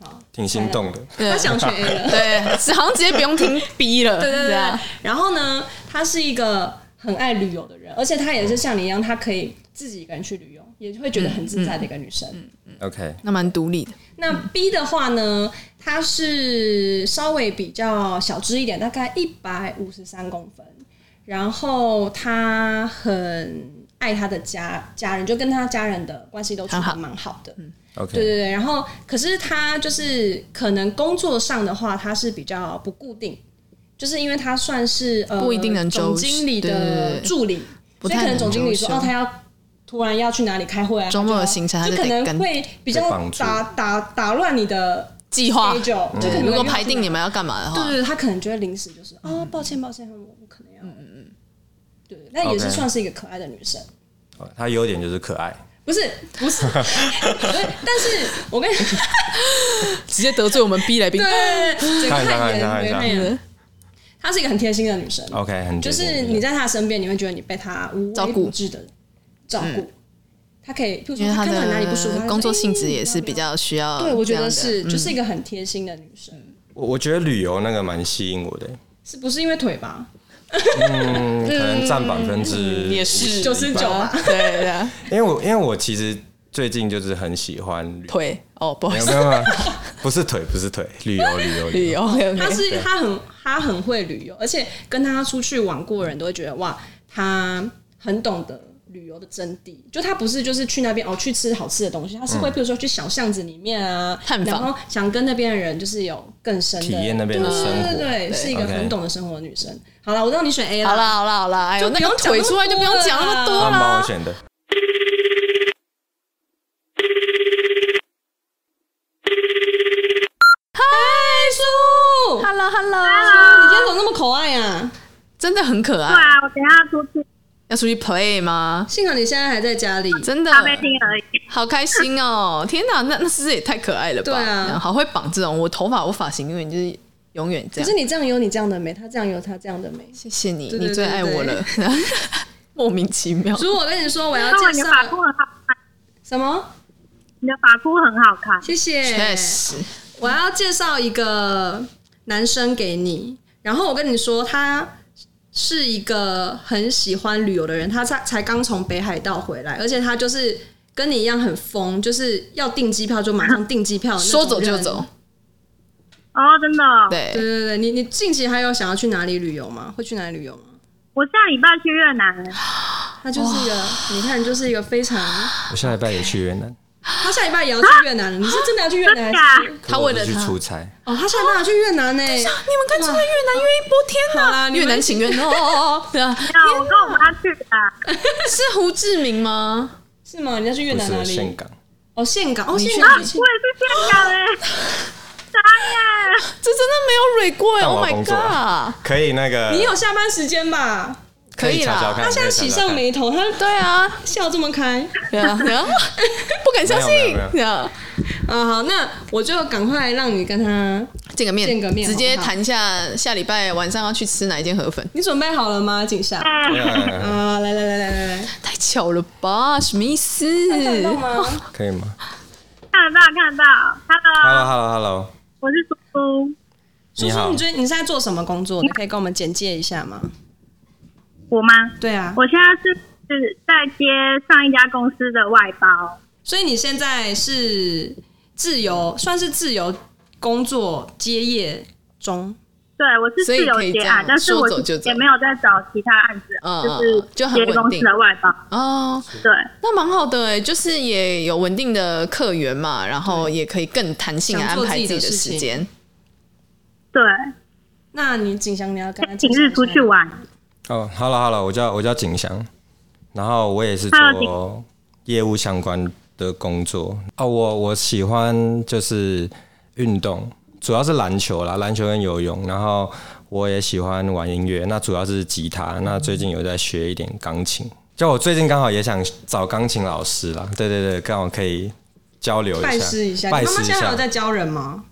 Speaker 1: 好，
Speaker 3: 挺心动的。
Speaker 2: 对
Speaker 1: 她想选 A 了。
Speaker 2: 对，是好像直接不用听 B 了，
Speaker 1: 对对
Speaker 2: 这
Speaker 1: 对
Speaker 2: 样。
Speaker 1: 然后呢，他是一个很爱旅游的人，而且他也是像你一样，他可以自己一个人去旅游，也会觉得很自在的一个女生。
Speaker 2: 嗯
Speaker 3: OK，
Speaker 2: 那蛮独立的，
Speaker 1: 那 B 的话呢，她是稍微比较小只一点，大概一百五十三公分，然后她很爱她的家家人，就跟她家人的关系都处
Speaker 2: 很好嗯
Speaker 1: 得蛮好的。对
Speaker 3: OK，
Speaker 1: 对对，然后可是他就是可能工作上的话，他是比较不固定，就是因为他算是呃
Speaker 2: 不一定能周
Speaker 1: 总经理
Speaker 2: 对对
Speaker 1: 的
Speaker 2: 对
Speaker 1: 助理，
Speaker 2: 不
Speaker 1: 所以可
Speaker 2: 太
Speaker 1: 能总经理说
Speaker 2: 周
Speaker 1: 哦，
Speaker 2: 休
Speaker 1: 他要突然要去哪里开会啊，
Speaker 2: 周末
Speaker 1: 他就要
Speaker 2: 的行程他
Speaker 1: 就
Speaker 2: 就
Speaker 1: 可
Speaker 2: 得
Speaker 1: 能
Speaker 2: 跟
Speaker 1: 会比
Speaker 3: 被
Speaker 1: 较
Speaker 3: 绑住嗯
Speaker 1: 打打打乱你的
Speaker 2: 计划
Speaker 1: schedule，就可
Speaker 2: 对，
Speaker 1: 能
Speaker 2: 如果
Speaker 1: 要去
Speaker 2: 排定
Speaker 1: 哪
Speaker 2: 你们嗯要干嘛的话，
Speaker 1: 对对对，他可能就会临时就是哦，抱歉抱歉，我我可能要，嗯嗯嗯，对，那也是
Speaker 3: OK
Speaker 1: 算是一个可爱的女生。
Speaker 3: 哦它优点就是可爱。
Speaker 1: 不是不 是，对，但是我跟你
Speaker 2: 直接得罪我们 B 来宾。
Speaker 1: 对，整个
Speaker 3: 看一下
Speaker 1: 汗颜，整个
Speaker 3: 看一哦下
Speaker 1: 汗
Speaker 3: 看一
Speaker 1: 颜。她是一个很贴心的女生
Speaker 3: OK，很
Speaker 1: 就
Speaker 3: 接近
Speaker 1: 是你在她的身边，你会觉得你被她无
Speaker 2: 照
Speaker 1: 微
Speaker 2: 顾
Speaker 1: 不至的照顾。她可以，譬如
Speaker 2: 嗯
Speaker 1: 说
Speaker 2: 因为
Speaker 1: 她
Speaker 2: 他
Speaker 1: 看到你哪里不舒服，她
Speaker 2: 的
Speaker 1: 就
Speaker 2: 工作
Speaker 1: 说
Speaker 2: 性
Speaker 1: 哎
Speaker 2: 质也是比较需要这
Speaker 1: 对，
Speaker 2: 样的，
Speaker 1: 我觉得是，
Speaker 2: 嗯
Speaker 1: 就是一个很贴心的女生，
Speaker 3: 我我觉得旅游那个蛮吸引我的，
Speaker 1: 是不是因为腿吧？
Speaker 3: 嗯，可能占百分之
Speaker 2: 嗯也是
Speaker 1: 99吧
Speaker 2: 对对啊，
Speaker 3: 因为我因为我其实最近就是很喜欢 旅，
Speaker 2: 腿哦，不好
Speaker 3: 没
Speaker 2: 意
Speaker 3: 有
Speaker 2: 思
Speaker 3: 没，有，没有不是腿，不是腿，旅游旅游旅
Speaker 2: 旅
Speaker 3: 游，
Speaker 2: 游啊 OK
Speaker 1: 他
Speaker 2: OK，
Speaker 1: 是他很他很会旅游，而且跟他出去玩过的人都会觉得哇，他很懂得旅游的真谛。就他不是就是去那边哦去吃好吃的东西，他是
Speaker 3: 嗯
Speaker 1: 会譬如说去小巷子里面啊，
Speaker 2: 探访
Speaker 1: 然后想跟那边的人就是有更深的
Speaker 3: 体验那边的生活
Speaker 1: 对对对，
Speaker 2: 对
Speaker 1: 是一个
Speaker 3: OK
Speaker 1: 很懂得生活的女生。好了，我让你选 A 了。
Speaker 2: 好啦好啦好啦，哎呦，
Speaker 1: 就
Speaker 2: 那
Speaker 1: 不用
Speaker 2: 个
Speaker 1: 讲
Speaker 2: 腿
Speaker 1: 那么
Speaker 2: 出来就不用
Speaker 1: 多
Speaker 2: 讲那么
Speaker 1: 啦
Speaker 2: 多
Speaker 3: 他们帮我
Speaker 2: 啦。
Speaker 3: 选的，
Speaker 1: 叔，
Speaker 2: Hello Hello，
Speaker 1: 你今天怎么那么可爱啊？
Speaker 2: 真的很可爱
Speaker 4: 对。啊，我等一下出去
Speaker 2: 要出去 play 吗？
Speaker 1: 幸好你现在还在家里。
Speaker 2: 啊真的
Speaker 4: 咖啡厅而已。
Speaker 2: 好开心哦！ 天哪，那那是不是也太可爱了吧？
Speaker 1: 对啊
Speaker 2: 然后好会绑这种，我头发我发型永远就是永远这
Speaker 1: 可
Speaker 2: 样
Speaker 1: 是。你这样有你这样的美，他这样有他这样的美。
Speaker 2: 谢谢你，
Speaker 1: 对对
Speaker 2: 你最爱我了， 莫名其妙。
Speaker 1: 如果我跟你说我要
Speaker 4: 那我
Speaker 1: 介
Speaker 4: 你的
Speaker 2: 啊
Speaker 1: 绍
Speaker 4: 发箍很好看，
Speaker 1: 什么，
Speaker 4: 你的发箍很好看。
Speaker 1: 谢谢。
Speaker 2: 确实，
Speaker 1: 我要介绍一个男生给你，然后我跟你说，他是一个很喜欢旅游的人，他才才刚从北海道回来，而且他就是跟你一样很疯，就是要订机票就马上订机票，
Speaker 2: 说走就走。。哎
Speaker 4: 哦，真的哦，
Speaker 1: 对
Speaker 2: 对，
Speaker 1: 对对，你你近期还有想要去哪里旅游吗？会去哪里旅游吗？
Speaker 4: 我下礼拜去越南，
Speaker 1: 他就是一个，你看，就是一个非常，
Speaker 3: 我下礼拜也去越南，
Speaker 1: 他下礼拜也要去越南了。你是真的要去越南
Speaker 4: 真的啊
Speaker 1: 还是？
Speaker 2: 他为了
Speaker 3: 可是我是
Speaker 2: 他
Speaker 3: 去出差，
Speaker 1: 哦，他下礼拜要去越南呢、
Speaker 2: 啊你们干脆在越南约一波，天
Speaker 1: 好啦
Speaker 2: 哪！
Speaker 1: 你们
Speaker 2: 越南 情缘哦哦哦，对啊，
Speaker 4: 那我跟我妈去啊的，
Speaker 2: 是胡志明吗？
Speaker 1: 是吗？你要去越
Speaker 3: 不
Speaker 1: 南哪
Speaker 3: 是岘
Speaker 1: 里？
Speaker 3: 港，
Speaker 1: 哦，岘港，哦，
Speaker 2: 你去
Speaker 1: 岘
Speaker 2: 哪
Speaker 1: 港
Speaker 2: 里，
Speaker 4: 我也是香港哎， 傻眼，
Speaker 2: 这真的没有蕊过哎
Speaker 3: 但我
Speaker 2: ！Oh my
Speaker 3: 要工作
Speaker 2: god，
Speaker 3: 可以那个，
Speaker 1: 你有下班时间吧？
Speaker 2: 可以
Speaker 3: 以瞧瞧
Speaker 2: 啦，
Speaker 3: 看，
Speaker 1: 他现在
Speaker 3: 可
Speaker 1: 喜
Speaker 3: 以瞧瞧
Speaker 1: 上
Speaker 3: 看
Speaker 1: 眉头，他
Speaker 2: 对啊，
Speaker 1: 笑这么开。
Speaker 2: 对啊，对啊 不敢相
Speaker 3: 没有没有
Speaker 2: 信
Speaker 3: 没有，
Speaker 2: 对啊
Speaker 1: 啊，好，那我就赶快让你跟他，
Speaker 2: 见个面，
Speaker 1: 见个面
Speaker 2: 直接
Speaker 1: 好不好
Speaker 2: 谈一下下礼拜晚上要去吃哪一间河粉，
Speaker 1: 你准备好了吗，景夏？
Speaker 3: 没有没有没有没有
Speaker 1: 啊，来来来来来来，
Speaker 2: 太巧了吧？什么意思？
Speaker 1: 看到吗？
Speaker 3: 可以吗
Speaker 4: 看得到看得到
Speaker 3: ？Hello
Speaker 4: ，Hello，
Speaker 3: Hello Hello，
Speaker 4: 我是苏苏，
Speaker 1: 叔
Speaker 3: 你
Speaker 1: 叔，
Speaker 3: 好
Speaker 1: 你，最近你是在做什么工作？你可以跟我们简介一下吗？
Speaker 4: 我妈，
Speaker 1: 对啊，
Speaker 4: 我现在是是在接上一家公司的外包，
Speaker 1: 所以你现在是自由，算是自由工作接业中。
Speaker 4: 对我是
Speaker 2: 所以
Speaker 4: 自由
Speaker 2: 可以
Speaker 4: 接
Speaker 2: 这
Speaker 4: 案
Speaker 2: 样，
Speaker 4: 啊但是我
Speaker 2: 说走就走
Speaker 4: 也没有在找其他案子，啊
Speaker 2: 嗯
Speaker 4: 就是
Speaker 2: 就很
Speaker 4: 接公
Speaker 2: 稳定
Speaker 4: 司的外包，
Speaker 2: 哦，
Speaker 4: 对。
Speaker 2: 那蛮好的哎，就是也有稳定的客源嘛，然后也可以更弹性地
Speaker 1: 想
Speaker 2: 安
Speaker 1: 做
Speaker 2: 排
Speaker 1: 自己
Speaker 2: 己
Speaker 1: 的
Speaker 2: 的
Speaker 1: 事
Speaker 2: 时
Speaker 1: 情
Speaker 2: 间。
Speaker 4: 对，
Speaker 1: 那你景祥，你要跟他
Speaker 4: 平
Speaker 1: 介绍一
Speaker 4: 日
Speaker 1: 下
Speaker 4: 出去玩，
Speaker 3: 哦，Hello Hello，我叫我叫景祥，然后我也是
Speaker 1: 啊
Speaker 4: Hello，
Speaker 3: 做业务相关的工作。哦，我我喜欢就是运动，主要是篮球啦，篮球跟游泳。然后我也喜欢玩音乐，那主要是吉他。那最近有在学一点钢琴，就我最近刚好也想找钢琴老师啦。对对对，刚好可以交流一下，
Speaker 1: 拜师一下。
Speaker 3: 拜
Speaker 1: 你妈妈
Speaker 3: 师一
Speaker 1: 现在还
Speaker 3: 下
Speaker 1: 有。在教人吗？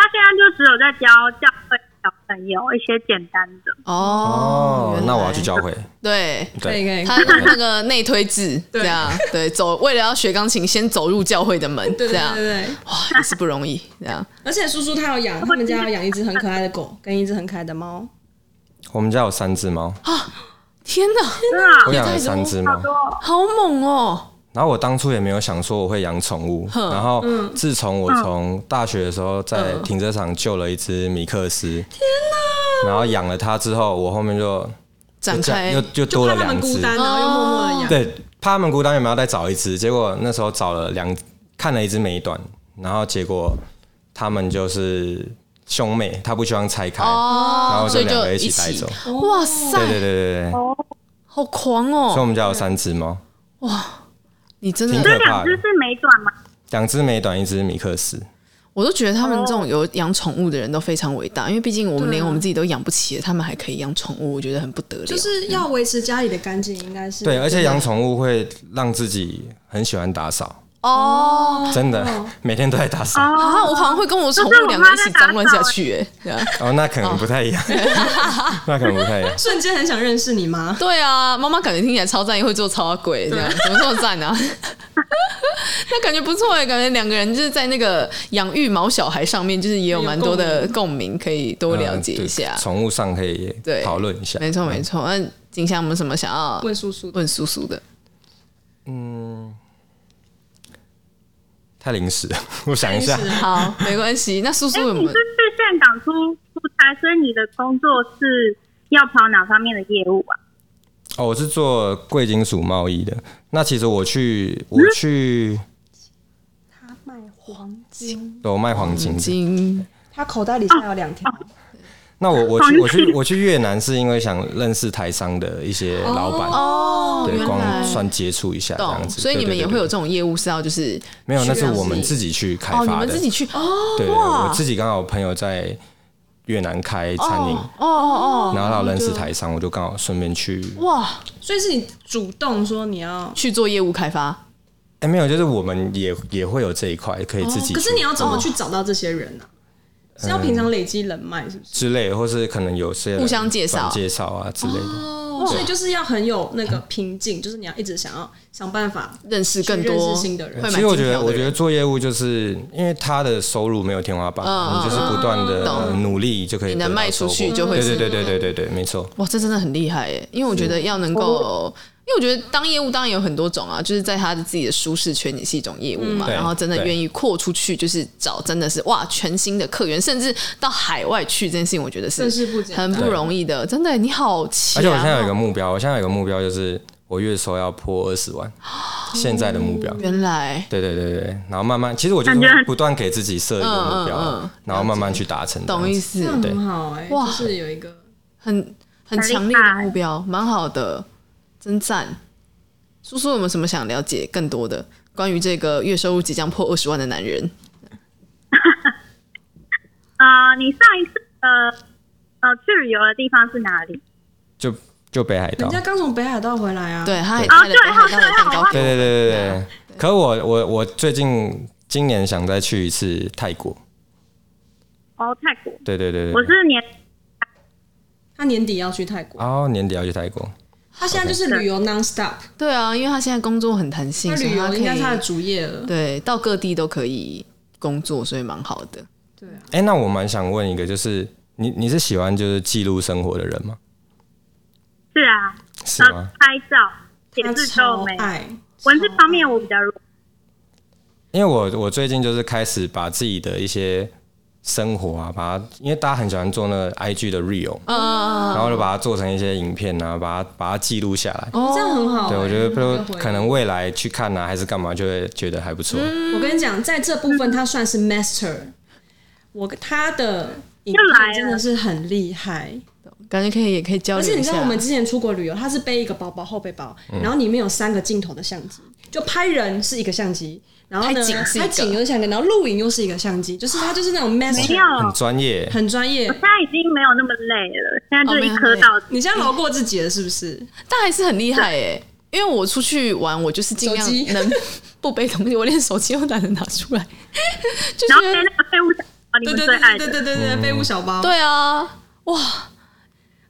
Speaker 4: 他现在就只有在教教会小朋友一些简单的。
Speaker 2: 哦
Speaker 3: 哦，，那我要去
Speaker 2: 教。
Speaker 3: 教会。
Speaker 2: 对。
Speaker 1: 可以
Speaker 3: 对，
Speaker 1: 可以，
Speaker 2: 他那个内推制，
Speaker 1: 哎对
Speaker 2: 这样对，走为了要学钢琴，先走入教会的门，
Speaker 1: 对
Speaker 2: 这
Speaker 1: 对
Speaker 2: 样
Speaker 1: 对对对。
Speaker 2: 哇也是不容易，这样
Speaker 1: 而且叔叔他有养，他们家有养一只很可爱的狗，跟一只很可爱的猫。
Speaker 3: 我们家有三只猫，
Speaker 2: 天哪，
Speaker 4: 真的
Speaker 3: 我养了
Speaker 2: 太多
Speaker 3: 三只猫
Speaker 4: 好。啊多，
Speaker 2: 好猛哦！
Speaker 3: 然后我当初也没有想说我会养宠物，
Speaker 2: 哼
Speaker 3: 然后自从我从大学的时候在停车场救了一只米克斯，天哪！然后养了它之后，我后面就
Speaker 2: 展开
Speaker 3: 又又
Speaker 1: 就
Speaker 3: 多
Speaker 1: 怕
Speaker 3: 了
Speaker 1: 他们
Speaker 3: 两
Speaker 1: 孤
Speaker 3: 只，
Speaker 1: 单，然后又默默的养。
Speaker 3: 对，怕他们孤单，有没有再找一只？结果那时候找了两，看了一只美短，然后结果他们就是兄妹，他不希望拆开，然
Speaker 2: 哦
Speaker 3: 后
Speaker 2: 所
Speaker 3: 就
Speaker 2: 以
Speaker 3: 两
Speaker 2: 就
Speaker 3: 个
Speaker 2: 一
Speaker 3: 起带走。
Speaker 2: 哇塞，
Speaker 3: 对对对对对，
Speaker 2: 好狂
Speaker 3: 所以我
Speaker 2: 哦！
Speaker 3: 们家有三只猫，
Speaker 2: 你真
Speaker 3: 挺
Speaker 2: 的，
Speaker 3: 可
Speaker 4: 这两
Speaker 3: 怕的
Speaker 4: 只，啊是美短吗？
Speaker 3: 两只美短，一只米克斯。
Speaker 2: 我都觉得他们这种有养宠物的人都非常伟大，因为毕竟我们
Speaker 1: 哦对啊
Speaker 2: 连我们自己都养不起了，他们还可以养宠物，我觉得很不得了。
Speaker 1: 就是要维持家里的干净，应该是
Speaker 3: 对，而且养宠物会让自己很喜欢打扫，
Speaker 2: 哦，
Speaker 3: 真的，每天都在打扫。
Speaker 2: 啊，我好像会跟我宠物
Speaker 4: 可是我
Speaker 2: 两个一起
Speaker 4: 妈在打
Speaker 2: 脏乱下去，哎，对啊
Speaker 3: 哦，那可能不太一样，那可能不太一样。
Speaker 1: 瞬间很想认识你妈。
Speaker 2: 对啊，妈妈感觉听起来超赞，也会做超鬼，这样怎么这么赞呢？ 那感觉不错哎，感觉两个人就是在那个养育毛小孩上面，就是也有蛮多的共鸣，可以多了解一下
Speaker 3: 嗯对。宠物上可以
Speaker 2: 对
Speaker 3: 讨论一下。
Speaker 2: 没错没错。那景祥，我们什么想要
Speaker 1: 问叔叔的，
Speaker 2: 问叔叔的？
Speaker 3: 太临时了，我想一下
Speaker 1: 太临时，了
Speaker 2: 好，没关系。那叔叔
Speaker 4: 哎、
Speaker 2: 有没
Speaker 4: 你
Speaker 2: 有
Speaker 4: 是？去岘港出出差，所以你的工作是要跑哪方面的业务啊？
Speaker 3: 哦，我是做贵金属贸易的。那其实我去，我去
Speaker 1: 他卖黄金，
Speaker 3: 有卖黄金的。
Speaker 2: 金
Speaker 1: 他口袋里现在有两条。
Speaker 3: 那我我
Speaker 4: 黄
Speaker 3: 去
Speaker 4: 金
Speaker 3: 我去我去越南是因为想认识台商的一些老板，
Speaker 2: 哦，
Speaker 3: 对，
Speaker 2: 原
Speaker 3: 光
Speaker 2: 来
Speaker 3: 算接触一下这样
Speaker 2: 懂。
Speaker 3: 子。
Speaker 2: 所以你
Speaker 3: 对
Speaker 2: 们
Speaker 3: 对
Speaker 2: 也
Speaker 3: 对
Speaker 2: 会有这种业务是要就是
Speaker 3: 没有？那
Speaker 2: 需
Speaker 3: 是
Speaker 2: 要
Speaker 3: 我们
Speaker 2: 自己
Speaker 3: 自己去开
Speaker 2: 哦，你
Speaker 3: 发
Speaker 2: 们
Speaker 3: 的
Speaker 2: 自。己去哦，
Speaker 3: 对，
Speaker 2: 哇
Speaker 3: 我自己刚好朋友在越南开餐饮，
Speaker 2: 哦哦哦，
Speaker 3: 然后他有认识台商，我就刚好顺便去。
Speaker 2: 哇，
Speaker 1: 所以是你主动说你要，
Speaker 2: 去做业务开发。
Speaker 3: 哎，没有，就是我们也也会有这一块可以自
Speaker 2: 哦
Speaker 3: 己去。
Speaker 1: 可是你要怎么去找到这些人呢、啊是要平常累积人脉，是不是？
Speaker 3: 之类，或是可能有些人
Speaker 2: 互相介绍
Speaker 3: 转介绍啊之类的。
Speaker 1: 哦，所以就是要很有那个瓶颈，就是你要一直想要想办法
Speaker 2: 认识更
Speaker 1: 去
Speaker 2: 多
Speaker 1: 认识新的人
Speaker 2: 会买
Speaker 3: 其实我
Speaker 2: 金
Speaker 3: 觉
Speaker 2: 条
Speaker 3: 得，
Speaker 2: 的
Speaker 3: 我觉得
Speaker 2: 人
Speaker 3: 做业务就是因为他的收入没有天花板，
Speaker 2: 嗯
Speaker 3: 你就是不断的
Speaker 2: 懂
Speaker 3: 努力就可以
Speaker 2: 你能
Speaker 3: 得到
Speaker 2: 卖出
Speaker 3: 收获
Speaker 2: 去就会
Speaker 3: 对
Speaker 2: 是嗯
Speaker 3: 对对对对对对，没错。
Speaker 2: 哇，这真的很厉害耶！因为我觉得要能够，因为我觉得当业务当然有很多种啊，就是在他的自己的舒适圈也是一种业务嘛，
Speaker 3: 嗯对
Speaker 2: 然后真的
Speaker 3: 对
Speaker 2: 愿意扩出去，就是找真的是哇全新的客源，甚至到海外去这件事情，我觉得
Speaker 1: 更是
Speaker 2: 是
Speaker 1: 不简单
Speaker 2: 很。不容易的。真的，你好强、哦！
Speaker 3: 而且我现在有一个目标，我现在有一个目标就是我月收要破二十万，现在的目标。
Speaker 2: 原来
Speaker 3: 对对对对，然后慢慢，其实我就是
Speaker 4: 感觉很
Speaker 3: 不断给自己设一个目标，
Speaker 2: 嗯嗯
Speaker 3: 啊
Speaker 2: 嗯
Speaker 3: 然后慢慢去达成。
Speaker 2: 懂意
Speaker 3: 思？
Speaker 1: 这
Speaker 2: 思，
Speaker 1: 样很好哎、
Speaker 2: 哇
Speaker 1: 就是有一个
Speaker 2: 很很
Speaker 4: 很厉
Speaker 2: 强烈的
Speaker 4: 害
Speaker 2: 目标，蛮好的，真赞。叔叔有没有什么想了解更多的关于这个月收入即将破二十万的男人？
Speaker 4: 呃，你上一次呃呃去旅游的地方是哪里？
Speaker 3: 就就北海
Speaker 1: 人
Speaker 3: 道。
Speaker 1: 家刚从北海道回来啊，，
Speaker 2: 对，他还
Speaker 4: 哦
Speaker 2: 带了北海道的
Speaker 4: 对
Speaker 2: 蛋糕
Speaker 3: 对对对对对对。可我我我最近今年想再去一次泰国。
Speaker 4: 哦，泰国。
Speaker 3: 对对对对。
Speaker 4: 我是年
Speaker 1: 他年底要去泰国，
Speaker 3: 哦，年底要去泰国。
Speaker 1: 他现在就是旅游 non stop，
Speaker 2: 对啊，因为他现在工作很弹性，
Speaker 1: 他
Speaker 2: 所以
Speaker 1: 旅
Speaker 2: 他
Speaker 1: 游
Speaker 2: 可
Speaker 1: 应该是他的
Speaker 2: 以
Speaker 1: 主业了。
Speaker 2: 对到各地都可以工作，所以蛮好的。
Speaker 1: 对啊，
Speaker 3: 哎、那我蛮想问一个，就是你你是喜欢就是记录生活的人吗？
Speaker 4: 是啊，
Speaker 3: 是
Speaker 4: 呃
Speaker 3: 吗？，
Speaker 4: 拍照、写
Speaker 1: 他
Speaker 4: 字
Speaker 1: 超
Speaker 4: 都没有。
Speaker 1: 爱
Speaker 4: 文字方面我比较弱，
Speaker 3: 因为我我最近就是开始把自己的一些生活啊，把它，因为大家很喜欢做那个 IG 的 real，、
Speaker 1: 哦
Speaker 2: 嗯，
Speaker 3: 然后就把它做成一些影片啊，把它把它记录下
Speaker 2: 嗯
Speaker 3: 来。
Speaker 1: 哦这样很好、
Speaker 3: 对，我觉得
Speaker 1: 有
Speaker 3: 就
Speaker 1: 回忆
Speaker 3: 可能未来去看啊，还是干嘛，就会觉得还不错。
Speaker 1: 我跟你讲，在这部分他算是 master，我他的影
Speaker 4: 又来
Speaker 1: 片
Speaker 4: 了
Speaker 1: 真的是很厉害。
Speaker 2: 感觉可以也可以交
Speaker 1: 而且
Speaker 2: 流
Speaker 1: 你
Speaker 2: 一
Speaker 1: 知
Speaker 2: 下。
Speaker 1: 道我们之前出国旅游，他是背一个包包后背包，
Speaker 3: 嗯
Speaker 1: 然后里面有三个镜头的相机，就拍人是一个相机，然后呢
Speaker 2: 拍景是一个
Speaker 1: 拍景又是相机，然后录影又是一个相机，就是他就是那种
Speaker 4: 没
Speaker 1: master，
Speaker 4: 有。
Speaker 3: 很专业，
Speaker 1: 很专业
Speaker 4: 我。现在已经没有那么累了，现在就是一颗到底。
Speaker 1: 你现在饶过自己了是不是？
Speaker 2: 但还是很厉害耶、因为我出去玩，我就是尽
Speaker 1: 手机
Speaker 2: 量能 不背东西，我连手机都懒得拿出 来，就
Speaker 4: 然后背
Speaker 2: 是
Speaker 4: 那个废物小包，你
Speaker 1: 对
Speaker 4: 们
Speaker 1: 对
Speaker 4: 最
Speaker 1: 对
Speaker 4: 爱
Speaker 1: 对
Speaker 4: 的
Speaker 1: 对。对对对，
Speaker 3: 嗯
Speaker 1: 废物小包。
Speaker 2: 对啊，哇，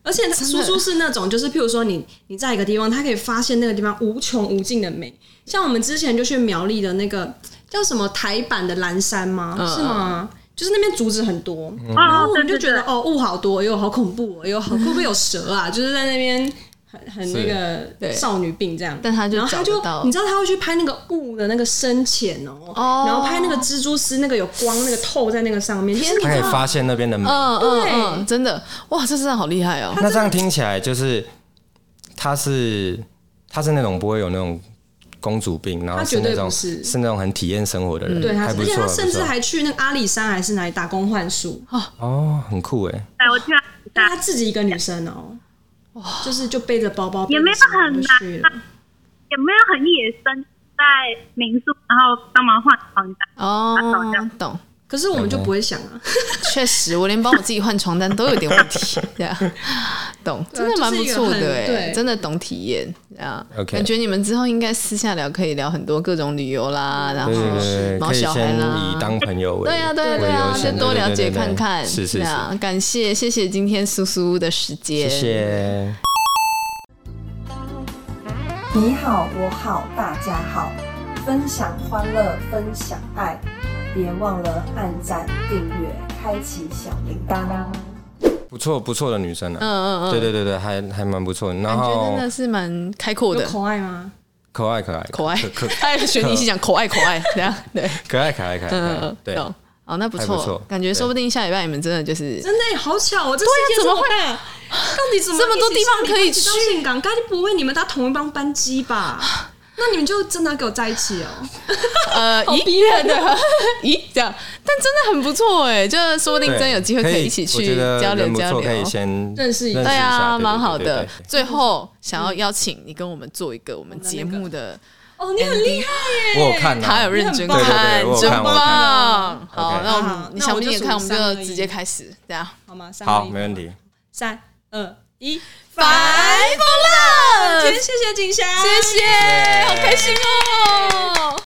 Speaker 1: 而且叔叔是那种，就是譬如说你你在一个地方，他可以发现那个地方无穷无尽的美。像我们之前就去苗栗的那个叫什么台版的蓝山吗？
Speaker 2: 嗯
Speaker 1: 是吗？就是那边竹子很多，
Speaker 3: 嗯
Speaker 1: 然后
Speaker 4: 哦，
Speaker 1: 我
Speaker 4: 对
Speaker 1: 们
Speaker 4: 对
Speaker 1: 就
Speaker 4: 对
Speaker 1: 觉得哦雾好多，哟好恐怖、哦，哟好会不会有蛇 啊？就是在那边很很那
Speaker 2: 对
Speaker 1: 个少女病这样。
Speaker 2: 但他就
Speaker 1: 然后
Speaker 2: 找
Speaker 1: 他
Speaker 2: 得
Speaker 1: 就
Speaker 2: 到
Speaker 1: 你知道他会去拍那个雾的那个深浅哦，
Speaker 2: 哦
Speaker 1: 然后拍那个蜘蛛丝那个有光那个透在那个上面，天
Speaker 3: 他可以发现那边的美。
Speaker 2: 嗯嗯
Speaker 1: 对
Speaker 2: 嗯，真的，哇，这真的好厉害哦、
Speaker 3: 那这样听起来就是，他是他是那种不会有那种公主病，然后
Speaker 1: 他绝
Speaker 3: 那
Speaker 1: 对
Speaker 3: 种
Speaker 1: 不是嗯
Speaker 3: 是那种很体验生活的人，
Speaker 1: 对他
Speaker 3: 嗯还
Speaker 1: 是，
Speaker 3: 不
Speaker 1: 而且
Speaker 3: 错，
Speaker 1: 他
Speaker 3: 还
Speaker 1: 甚
Speaker 3: 不
Speaker 1: 至
Speaker 3: 错
Speaker 1: 还去那个阿里山还是哪里打工换宿，
Speaker 3: 哦，很酷哎，
Speaker 4: 哎，我去阿姆
Speaker 1: 但
Speaker 4: 达
Speaker 1: 她自己一个女生哦、就是就背着包包，
Speaker 4: 也没有很啊
Speaker 1: 背着行李就去了
Speaker 2: 啊
Speaker 4: 也没有很野生，在民宿，然后帮忙换床单。
Speaker 2: 哦，懂，
Speaker 1: 可是我们就不会想
Speaker 3: 嗯
Speaker 1: 啊，
Speaker 2: 确实，我连帮我自己换床单都有点问 题，对啊，懂，
Speaker 1: 对
Speaker 2: 真
Speaker 1: 啊
Speaker 2: 的蛮不
Speaker 1: 就
Speaker 2: 错
Speaker 1: 是一个
Speaker 2: 的
Speaker 1: 很
Speaker 2: 哎，
Speaker 1: 对
Speaker 2: 真的懂体验啊。
Speaker 3: OK
Speaker 2: 感觉你们之后应该私下聊，可以聊很多各种旅游啦，然后
Speaker 3: 对对对，
Speaker 2: 毛
Speaker 3: 可以
Speaker 2: 小孩
Speaker 3: 先
Speaker 2: 啦
Speaker 3: 以。当朋友为
Speaker 2: 对啊，对啊，对啊，
Speaker 3: 为优
Speaker 2: 就
Speaker 3: 先
Speaker 2: 多
Speaker 3: 对对
Speaker 2: 了
Speaker 3: 对
Speaker 2: 解
Speaker 3: 对对
Speaker 2: 看看。
Speaker 3: 是是
Speaker 2: 对
Speaker 3: 是，
Speaker 2: 啊，感谢谢谢今天苏苏的时间，
Speaker 3: 谢谢。
Speaker 5: 你好，我好，大家好，分享欢乐，分享爱，别忘了按赞、订阅、开启小铃铛。
Speaker 3: 不错不错的女生啊，
Speaker 2: 嗯嗯
Speaker 3: 对
Speaker 2: 嗯，
Speaker 3: 对对对，还还蛮不错的。然
Speaker 2: 感觉真
Speaker 3: 后
Speaker 2: 的是蛮开阔
Speaker 1: 有
Speaker 2: 的，
Speaker 1: 口爱吗？
Speaker 3: 可爱可爱
Speaker 2: 可爱
Speaker 3: 可可。
Speaker 2: 他学你一起讲口爱口爱，这样 对，
Speaker 3: 可爱可爱可爱可
Speaker 2: 嗯
Speaker 3: 爱
Speaker 2: 嗯，
Speaker 3: 对，
Speaker 2: 懂哦，那不
Speaker 3: 还不
Speaker 2: 错
Speaker 3: 错，
Speaker 2: 感觉说不定下礼拜你们真的就是
Speaker 1: 真的耶好巧哦，这世
Speaker 2: 对啊
Speaker 1: 界
Speaker 2: 怎
Speaker 1: 这
Speaker 2: 么
Speaker 1: 么
Speaker 2: 会
Speaker 1: 大，到底怎么
Speaker 2: 这么多
Speaker 1: 一起
Speaker 2: 地方可以去
Speaker 1: 上礼拜一起到岘港？该不会你们搭同一班班机吧？ 那你们就真的要给我在一起哦？
Speaker 2: 呃，咦，对， 咦，这样，但真的很不错哎，就是说不定
Speaker 3: 对
Speaker 2: 真的有机会
Speaker 3: 可
Speaker 2: 可以一起
Speaker 3: 我
Speaker 2: 去
Speaker 3: 觉得
Speaker 2: 交流
Speaker 3: 人不
Speaker 2: 交
Speaker 3: 错可
Speaker 2: 流
Speaker 3: 以，先
Speaker 1: 认识一下
Speaker 3: 下，
Speaker 2: 对啊，
Speaker 3: 对
Speaker 2: 蛮好
Speaker 3: 对对
Speaker 2: 的
Speaker 3: 对。
Speaker 2: 最后想要邀请你跟我们做一个我们节目的，
Speaker 1: 哦，你很厉害耶！
Speaker 3: 我有看啊
Speaker 2: 他有认真
Speaker 1: 你很棒
Speaker 2: 看
Speaker 3: 对对对我，有
Speaker 2: 真
Speaker 3: 看我有看
Speaker 2: 棒。好，
Speaker 3: OK
Speaker 2: 那
Speaker 1: 好
Speaker 2: 我们你
Speaker 1: 那
Speaker 2: 想
Speaker 1: 我
Speaker 2: 不
Speaker 1: 就
Speaker 2: 想
Speaker 1: 数
Speaker 2: 看，我们
Speaker 1: 三二
Speaker 2: 就
Speaker 1: 一
Speaker 2: 直接开始，这样。
Speaker 1: 好吗？三
Speaker 3: 好，
Speaker 1: 二一
Speaker 3: 没问题。
Speaker 1: 三二一，
Speaker 2: 白不乐
Speaker 1: 今天谢谢景霞，
Speaker 2: 谢谢，好开心哦。